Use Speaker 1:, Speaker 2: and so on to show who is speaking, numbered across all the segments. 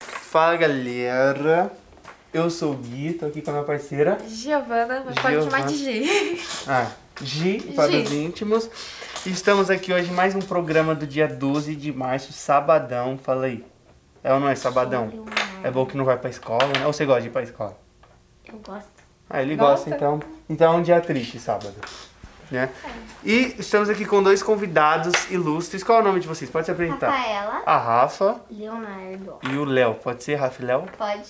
Speaker 1: Fala galera, eu sou o Gui, tô aqui com a minha parceira.
Speaker 2: Giovana, mas pode chamar de G.
Speaker 1: Ah, Gi, para
Speaker 2: Gi.
Speaker 1: os íntimos. Estamos aqui hoje em mais um programa do dia 12 de março, sabadão. Fala aí. É ou não é sabadão? É bom que não vai pra escola, né? Ou você gosta de ir pra escola?
Speaker 2: Eu gosto.
Speaker 1: Ah, ele gosta,
Speaker 2: Gosta.
Speaker 1: então. Então é um dia triste, sábado. Né? E estamos aqui com dois convidados ilustres. Qual é o nome de vocês? Pode se apresentar.
Speaker 3: Rafaela,
Speaker 1: A Rafa
Speaker 3: Leonardo.
Speaker 1: e o Léo. Pode ser Rafa e Léo?
Speaker 3: Pode.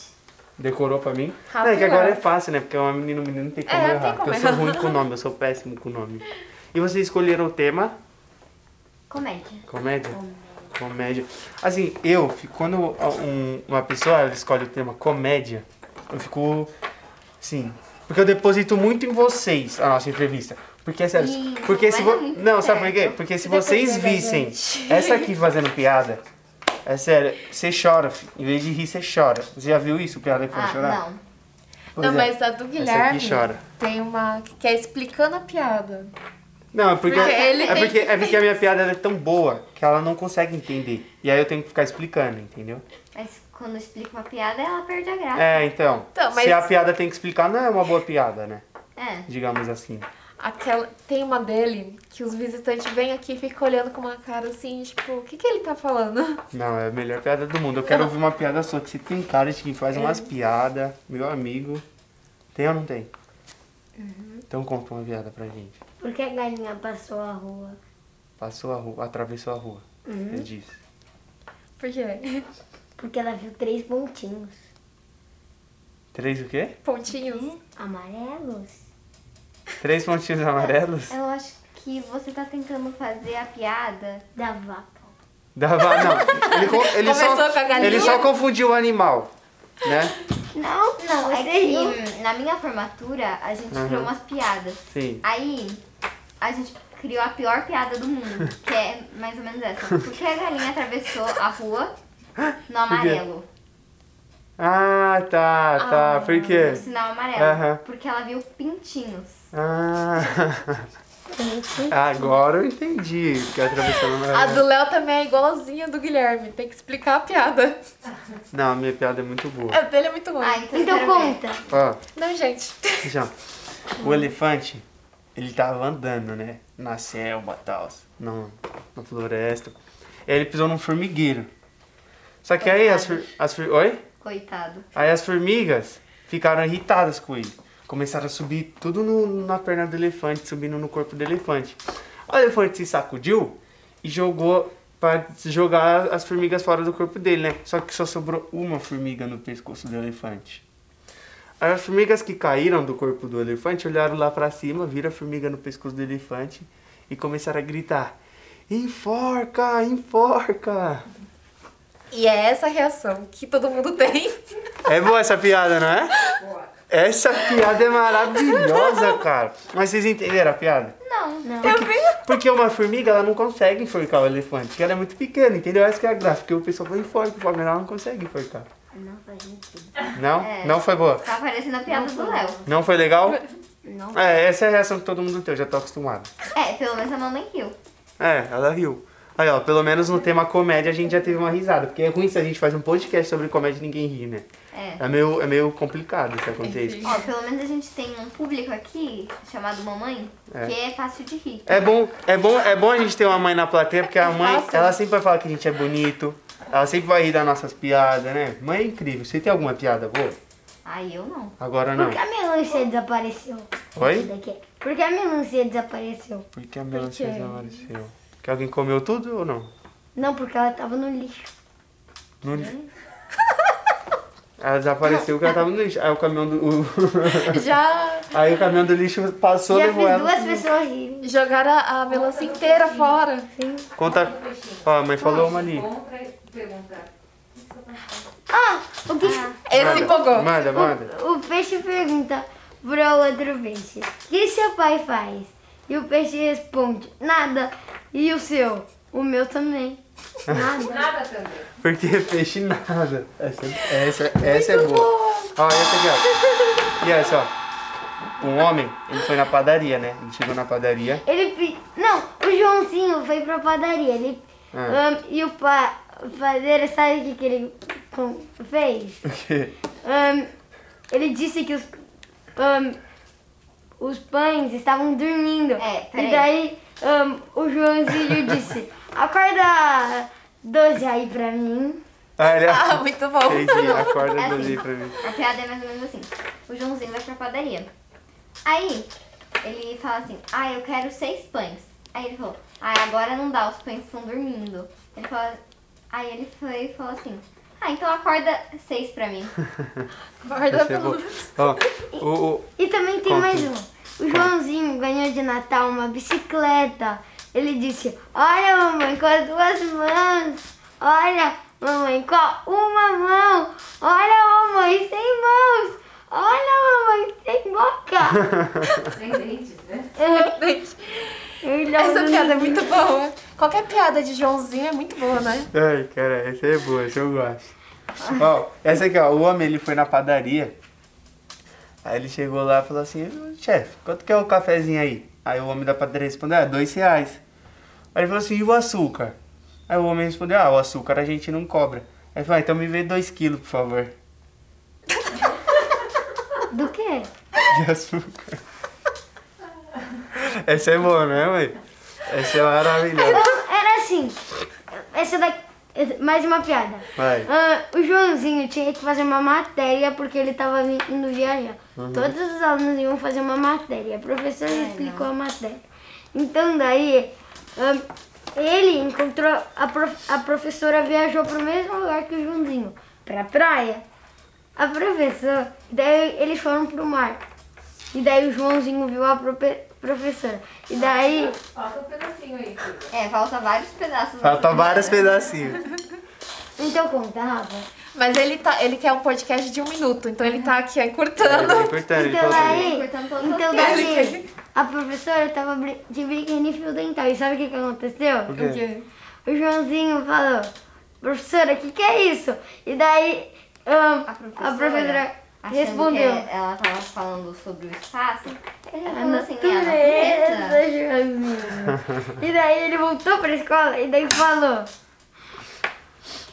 Speaker 1: Decorou pra mim?
Speaker 2: Rafa
Speaker 1: não, é que
Speaker 2: e
Speaker 1: agora é
Speaker 2: Léo.
Speaker 1: fácil, né? Porque é uma menina, um menino não tem como
Speaker 2: É, não
Speaker 1: errar.
Speaker 2: tem como
Speaker 1: porque eu sou
Speaker 2: errar.
Speaker 1: ruim com nome, eu sou péssimo com nome. E vocês escolheram o tema?
Speaker 3: Comédia.
Speaker 1: Comédia? Comédia. Assim, eu, fico- quando um- uma pessoa ela escolhe o tema comédia, eu fico. Sim. Porque eu deposito muito em vocês a nossa entrevista. Porque, é sério,
Speaker 3: Ih,
Speaker 1: porque se
Speaker 3: mas é
Speaker 1: vo-
Speaker 3: muito
Speaker 1: Não, sabe por
Speaker 3: certo.
Speaker 1: quê? Porque se
Speaker 2: Você
Speaker 1: vocês
Speaker 2: deposita da
Speaker 1: vissem essa aqui fazendo piada, é sério, você chora, fi. em vez de rir, você chora. Você já viu isso, piada que foi
Speaker 3: ah,
Speaker 1: chorar?
Speaker 3: não.
Speaker 1: Pois
Speaker 2: não,
Speaker 1: é.
Speaker 2: mas a do Guilherme
Speaker 1: aqui chora.
Speaker 2: tem uma que é explicando a piada.
Speaker 1: Não, é porque,
Speaker 2: Porque ele
Speaker 1: é,
Speaker 2: tem
Speaker 1: porque, é porque a minha piada ela é tão boa que ela não consegue entender. E aí eu tenho que ficar explicando, entendeu?
Speaker 3: Mas quando explica uma piada, ela perde a graça.
Speaker 1: É, então.
Speaker 2: Então, mas-
Speaker 1: Se a piada tem que explicar, não é uma boa piada, né?
Speaker 3: É.
Speaker 1: Digamos assim.
Speaker 2: Aquela, tem uma dele que os visitantes vêm aqui e ficam olhando com uma cara assim, tipo, o que, que ele tá falando?
Speaker 1: Não, é a melhor piada do mundo. Eu quero ouvir uma piada sua, que você tem cara de quem faz
Speaker 2: É.
Speaker 1: umas piadas, meu amigo. Tem ou não tem?
Speaker 2: Uhum.
Speaker 1: Então conta uma piada pra gente.
Speaker 3: Por que a galinha passou a rua?
Speaker 1: Passou a rua, atravessou a rua.
Speaker 2: Uhum.
Speaker 1: Você disse.
Speaker 2: Por quê?
Speaker 3: Porque ela viu três pontinhos
Speaker 1: Três o quê? Uhum.
Speaker 2: Pontinhos?
Speaker 3: amarelos.
Speaker 1: Três pontinhos amarelos?
Speaker 3: Eu acho que você tá tentando fazer a piada da vaca.
Speaker 1: Dava, não. Ele, co- ele só,
Speaker 2: Começou com a galinha.
Speaker 1: ele só confundiu o animal, né?
Speaker 3: Não, não. É que hum, na minha formatura, a gente
Speaker 1: Uhum.
Speaker 3: criou umas piadas.
Speaker 1: Sim.
Speaker 3: Aí, a gente criou a pior piada do mundo, que é mais ou menos essa. Por que a galinha atravessou a rua no amarelo?
Speaker 1: Ah, tá, tá. Por quê?
Speaker 3: No sinal amarelo.
Speaker 1: Aham.
Speaker 3: Porque ela viu pintinhos.
Speaker 1: Ah. Agora eu entendi que atravessou o
Speaker 2: A
Speaker 1: amarelo.
Speaker 2: do Léo também é igualzinha a do Guilherme, tem que explicar a piada.
Speaker 1: Não, a minha piada é muito boa.
Speaker 2: A dele é muito ruim.
Speaker 3: Ah, então,
Speaker 2: Então
Speaker 3: eu quero
Speaker 2: conta.
Speaker 3: ver.
Speaker 1: Ó,
Speaker 2: Não, gente.
Speaker 1: já. O elefante, ele tava andando, né? Na selva e tal. não, Na floresta. Ele pisou num formigueiro. Só que aí as, fir- as fir- Oi?
Speaker 3: Coitado.
Speaker 1: Aí as formigas ficaram irritadas com ele. Começaram a subir tudo no- na perna do elefante, subindo no corpo do elefante. O elefante se sacudiu e jogou para jogar as formigas fora do corpo dele, né? Só que só sobrou uma formiga no pescoço do elefante. Aí as formigas que caíram do corpo do elefante olharam lá pra cima, viram a formiga no pescoço do elefante e começaram a gritar: Enforca, enforca!
Speaker 2: E é essa a reação que todo mundo tem.
Speaker 1: É boa essa piada, não é? Essa piada é maravilhosa, cara. Mas vocês entenderam a piada?
Speaker 3: Não, não.
Speaker 2: Eu vi
Speaker 1: Porque uma formiga, ela não consegue enforcar o elefante, porque ela é muito pequena, entendeu? Essa que é a graça, porque o pessoal vai enforca, o Flamengo ela não consegue enforcar.
Speaker 3: Não faz sentido.
Speaker 1: Não? Não foi boa?
Speaker 3: Tá parecendo a piada do Léo.
Speaker 1: Não foi legal?
Speaker 3: Não.
Speaker 1: É, essa é a reação que todo mundo tem, eu já tô acostumado.
Speaker 3: É, pelo menos a mamãe riu.
Speaker 1: É, ela riu. Aí, ó, pelo menos no tema comédia a gente já teve uma risada, porque é ruim se a gente faz um podcast sobre comédia e ninguém ri, né?
Speaker 3: É.
Speaker 1: É meio, é meio complicado isso acontecer. isso.
Speaker 3: Ó, pelo menos a gente tem um público aqui chamado mamãe,
Speaker 1: É.
Speaker 3: que é fácil de rir.
Speaker 1: É bom, é bom, é bom a gente ter uma mãe na plateia, porque a mãe,
Speaker 2: É Fácil.
Speaker 1: ela sempre vai falar que a gente é bonito. Ela sempre vai rir das nossas piadas, né? Mãe é incrível. Você tem alguma piada boa?
Speaker 3: Aí eu não.
Speaker 1: Agora não.
Speaker 4: Por que a melancia desapareceu?
Speaker 1: Oi?
Speaker 4: Daqui. é. Por que a melancia desapareceu?
Speaker 1: Porque a melancia
Speaker 2: Por quê?
Speaker 1: desapareceu. Que alguém comeu tudo ou não?
Speaker 4: Não, porque ela tava no lixo.
Speaker 1: No lixo. Ela desapareceu porque ela tava no lixo. Aí o caminhão do. o-
Speaker 2: Já
Speaker 1: Aí o caminhão do lixo passou,
Speaker 4: Já
Speaker 1: levou
Speaker 4: fiz
Speaker 1: ela.
Speaker 4: duas pessoas rirem.
Speaker 2: jogaram a a melancia inteira fora.
Speaker 1: Conta. Ó, a mãe falou uma ali.
Speaker 4: Ah, o, que,
Speaker 2: Esse empolgou.
Speaker 1: Manda, manda.
Speaker 4: o peixe pergunta pro outro peixe: O que seu pai faz? E o peixe responde: Nada. E o seu? O meu também. Nada.
Speaker 1: Porque peixe nada. Essa, essa, essa é boa. Ó, essa aqui, ó. E essa, ó. Um homem, ele foi na padaria, né? Ele chegou na padaria.
Speaker 4: Ele pe- Não, o Joãozinho foi pra padaria. Ele...
Speaker 1: Ah.
Speaker 4: ahn, e o pa... o padeiro sabe o que, que ele com- fez?
Speaker 1: O quê?
Speaker 4: Ahn, ele disse que os, ahn, os pães estavam dormindo.
Speaker 3: É,
Speaker 4: e
Speaker 3: peraí.
Speaker 4: daí ahn, o Joãozinho disse, acorda 12 aí pra mim.
Speaker 1: Ah, ele
Speaker 2: Ah, muito bom.
Speaker 1: Entendi, acorda
Speaker 3: É
Speaker 1: do
Speaker 3: assim.
Speaker 1: dia pra mim.
Speaker 3: A piada é mais ou menos assim. O Joãozinho vai pra padaria. Aí, ele fala assim, ah, eu quero seis pães. Aí ele falou, ah, agora não dá, os pães estão dormindo. Ele fala, aí ele foi e falou assim, ah, então acorda seis pra mim.
Speaker 2: Acorda
Speaker 1: Achei bom.
Speaker 2: pelo
Speaker 1: é Ó, o, o-
Speaker 4: E também tem
Speaker 1: Conta.
Speaker 4: mais um. O Joãozinho ganhou de Natal uma bicicleta. Ele disse, olha mamãe, com as duas mãos. Olha mamãe, com uma mão. Olha mamãe, sem mãos. Olha mamãe, sem boca. Ele é um
Speaker 2: Essa piada é
Speaker 4: menino.
Speaker 2: muito boa. Qualquer piada de Joãozinho é muito boa, né?
Speaker 1: Ai, cara, essa é boa, essa eu gosto. Ó, essa aqui, ó, o homem ele foi na padaria. Aí ele chegou lá e falou assim, chefe, quanto que é o cafezinho aí? Aí o homem da padaria respondeu, ah, dois reais. Aí ele falou assim, e o açúcar? Aí o homem respondeu, ah, o açúcar a gente não cobra. Aí ele falou, ah, então me vê dois quilos, por favor,
Speaker 4: Do quê?
Speaker 1: de açúcar. Essa é boa, né, mãe? Essa é maravilhosa.
Speaker 4: Então, era assim. Essa daqui. Mais uma piada.
Speaker 1: Vai.
Speaker 4: Ah, o Joãozinho tinha que fazer uma matéria porque ele estava indo viajar. Todos os alunos iam fazer uma matéria. A professora
Speaker 3: É,
Speaker 4: explicou a matéria. Então daí ah, ele encontrou a, prof- a professora viajou para o mesmo lugar que o Joãozinho, para a praia. A professora, daí eles foram pro mar. E daí o Joãozinho viu a prope- professora. E daí
Speaker 3: É, falta vários pedaços.
Speaker 1: Falta vários pedacinhos.
Speaker 4: Então conta, Rafa.
Speaker 2: Mas ele, tá, ele quer um podcast de um minuto, então ele tá aqui encurtando.
Speaker 1: É importante, ele
Speaker 4: Então
Speaker 1: falou assim.
Speaker 4: daí,
Speaker 3: Cortando todas as
Speaker 4: então
Speaker 2: piadas.
Speaker 4: daí, a professora tava bri- de biquíni fio dental. E sabe o que, que
Speaker 1: O
Speaker 4: aconteceu?
Speaker 1: quê?
Speaker 2: O quê?
Speaker 4: O Joãozinho falou, professora, o que, que é isso? E daí ahn,
Speaker 3: A
Speaker 4: a
Speaker 3: professora,
Speaker 4: professora
Speaker 3: achando
Speaker 4: respondeu. Ah,
Speaker 3: que é ela tava falando sobre o espaço. Ele
Speaker 4: A
Speaker 3: falou assim, é a natureza.
Speaker 4: natureza, Joãozinho. e daí ele voltou pra escola e daí falou.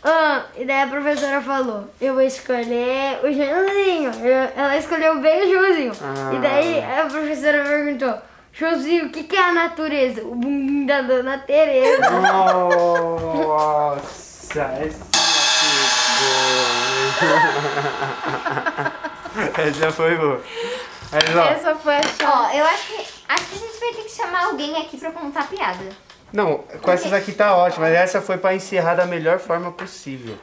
Speaker 4: Ah, e daí a professora falou, eu vou escolher o Joãozinho. Eu- Ela escolheu bem o Joãozinho.
Speaker 1: Ah.
Speaker 4: E daí a professora perguntou, Joãozinho, o que, que é a natureza? O bumbum da dona Tereza.
Speaker 1: Nossa, é essa foi boa. essa foi boa. Mas, ó,
Speaker 2: Essa foi a chave.
Speaker 3: Ó, eu acho que, acho que a gente vai ter que chamar alguém aqui pra contar piada.
Speaker 1: não, com essas aqui tá ótima. mas Essa foi pra encerrar da melhor forma possível.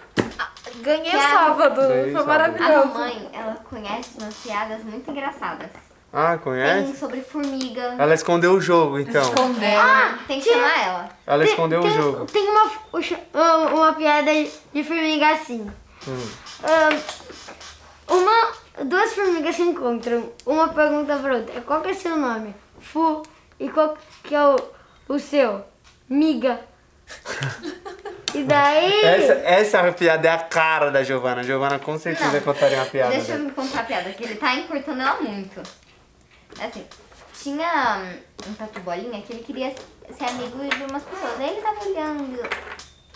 Speaker 2: Ganhei o
Speaker 3: Ganhei
Speaker 2: sábado.
Speaker 1: o
Speaker 2: Foi
Speaker 1: sábado.
Speaker 3: A
Speaker 2: maravilhoso.
Speaker 3: mamãe, ela conhece umas piadas muito engraçadas.
Speaker 1: Ah,
Speaker 3: Tem
Speaker 1: conhece?
Speaker 3: sobre formiga.
Speaker 1: Ela escondeu o jogo, então.
Speaker 2: Escondeu.
Speaker 3: Tem que chamar ela.
Speaker 1: Ela escondeu
Speaker 4: tem,
Speaker 1: o jogo.
Speaker 4: Tem uma, o cho- ah, uma piada de formiga assim.
Speaker 1: Hum.
Speaker 4: Ah, uma, duas formigas se encontram. Uma pergunta para outra: qual que é seu nome? Fu. E qual que é o, o seu? Miga. E daí.
Speaker 1: Essa, essa piada é a cara da Giovana. Giovana com certeza
Speaker 3: Não.
Speaker 1: contaria uma piada.
Speaker 3: Deixa eu
Speaker 1: dessa.
Speaker 3: me contar a piada, que ele tá encurtando ela muito. Assim, tinha hum, um tatu bolinha que ele queria ser amigo de umas pessoas. Aí ele tava olhando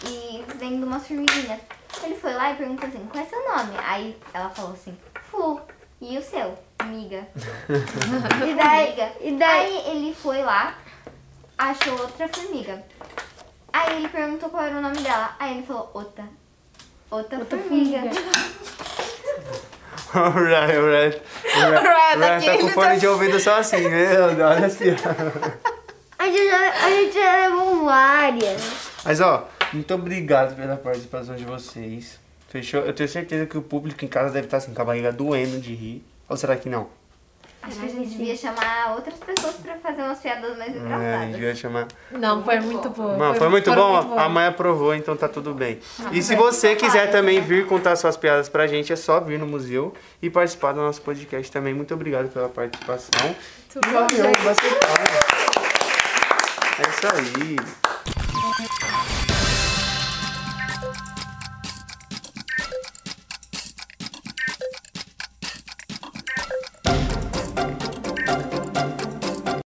Speaker 3: e vendo umas formiguinhas. Ele foi lá e perguntou assim, qual é seu nome? Aí ela falou assim, Fu. E o seu? Miga.
Speaker 4: E daí. E daí.
Speaker 3: Aí ele foi lá, achou outra formiga. Aí ele perguntou qual era o nome dela. Aí ele falou, Ota. Ota, formiga.
Speaker 1: O Ryan, o Ryan, o Ryan-
Speaker 2: Ryan,
Speaker 1: o Ryan tá
Speaker 2: aqui,
Speaker 1: com
Speaker 2: ele
Speaker 1: fone
Speaker 2: tá-
Speaker 1: de ouvido só assim, meu Deus, olha as piadas.
Speaker 4: A gente, já- a gente já levou um várias.
Speaker 1: Mas ó, muito obrigado pela participação de vocês. Fechou? Eu tenho certeza que o público em casa deve estar assim, com a barriga doendo de rir. Ou será que não?
Speaker 3: Acho que a gente devia chamar outras pessoas pra fazer umas piadas mais
Speaker 1: É, a gente
Speaker 3: engraçadas.
Speaker 1: vai chamar.
Speaker 2: Não, foi muito Ah, boa.
Speaker 1: Mano, foi muito bom.
Speaker 2: muito
Speaker 1: A mãe aprovou, então tá tudo bem. E
Speaker 2: é
Speaker 1: se você quiser também vir contar suas piadas pra gente, é só vir no museu e participar do nosso podcast também. Muito obrigado pela participação.
Speaker 2: Muito bom,
Speaker 1: Valeu,
Speaker 2: gente.
Speaker 1: bastante palmas. É isso aí.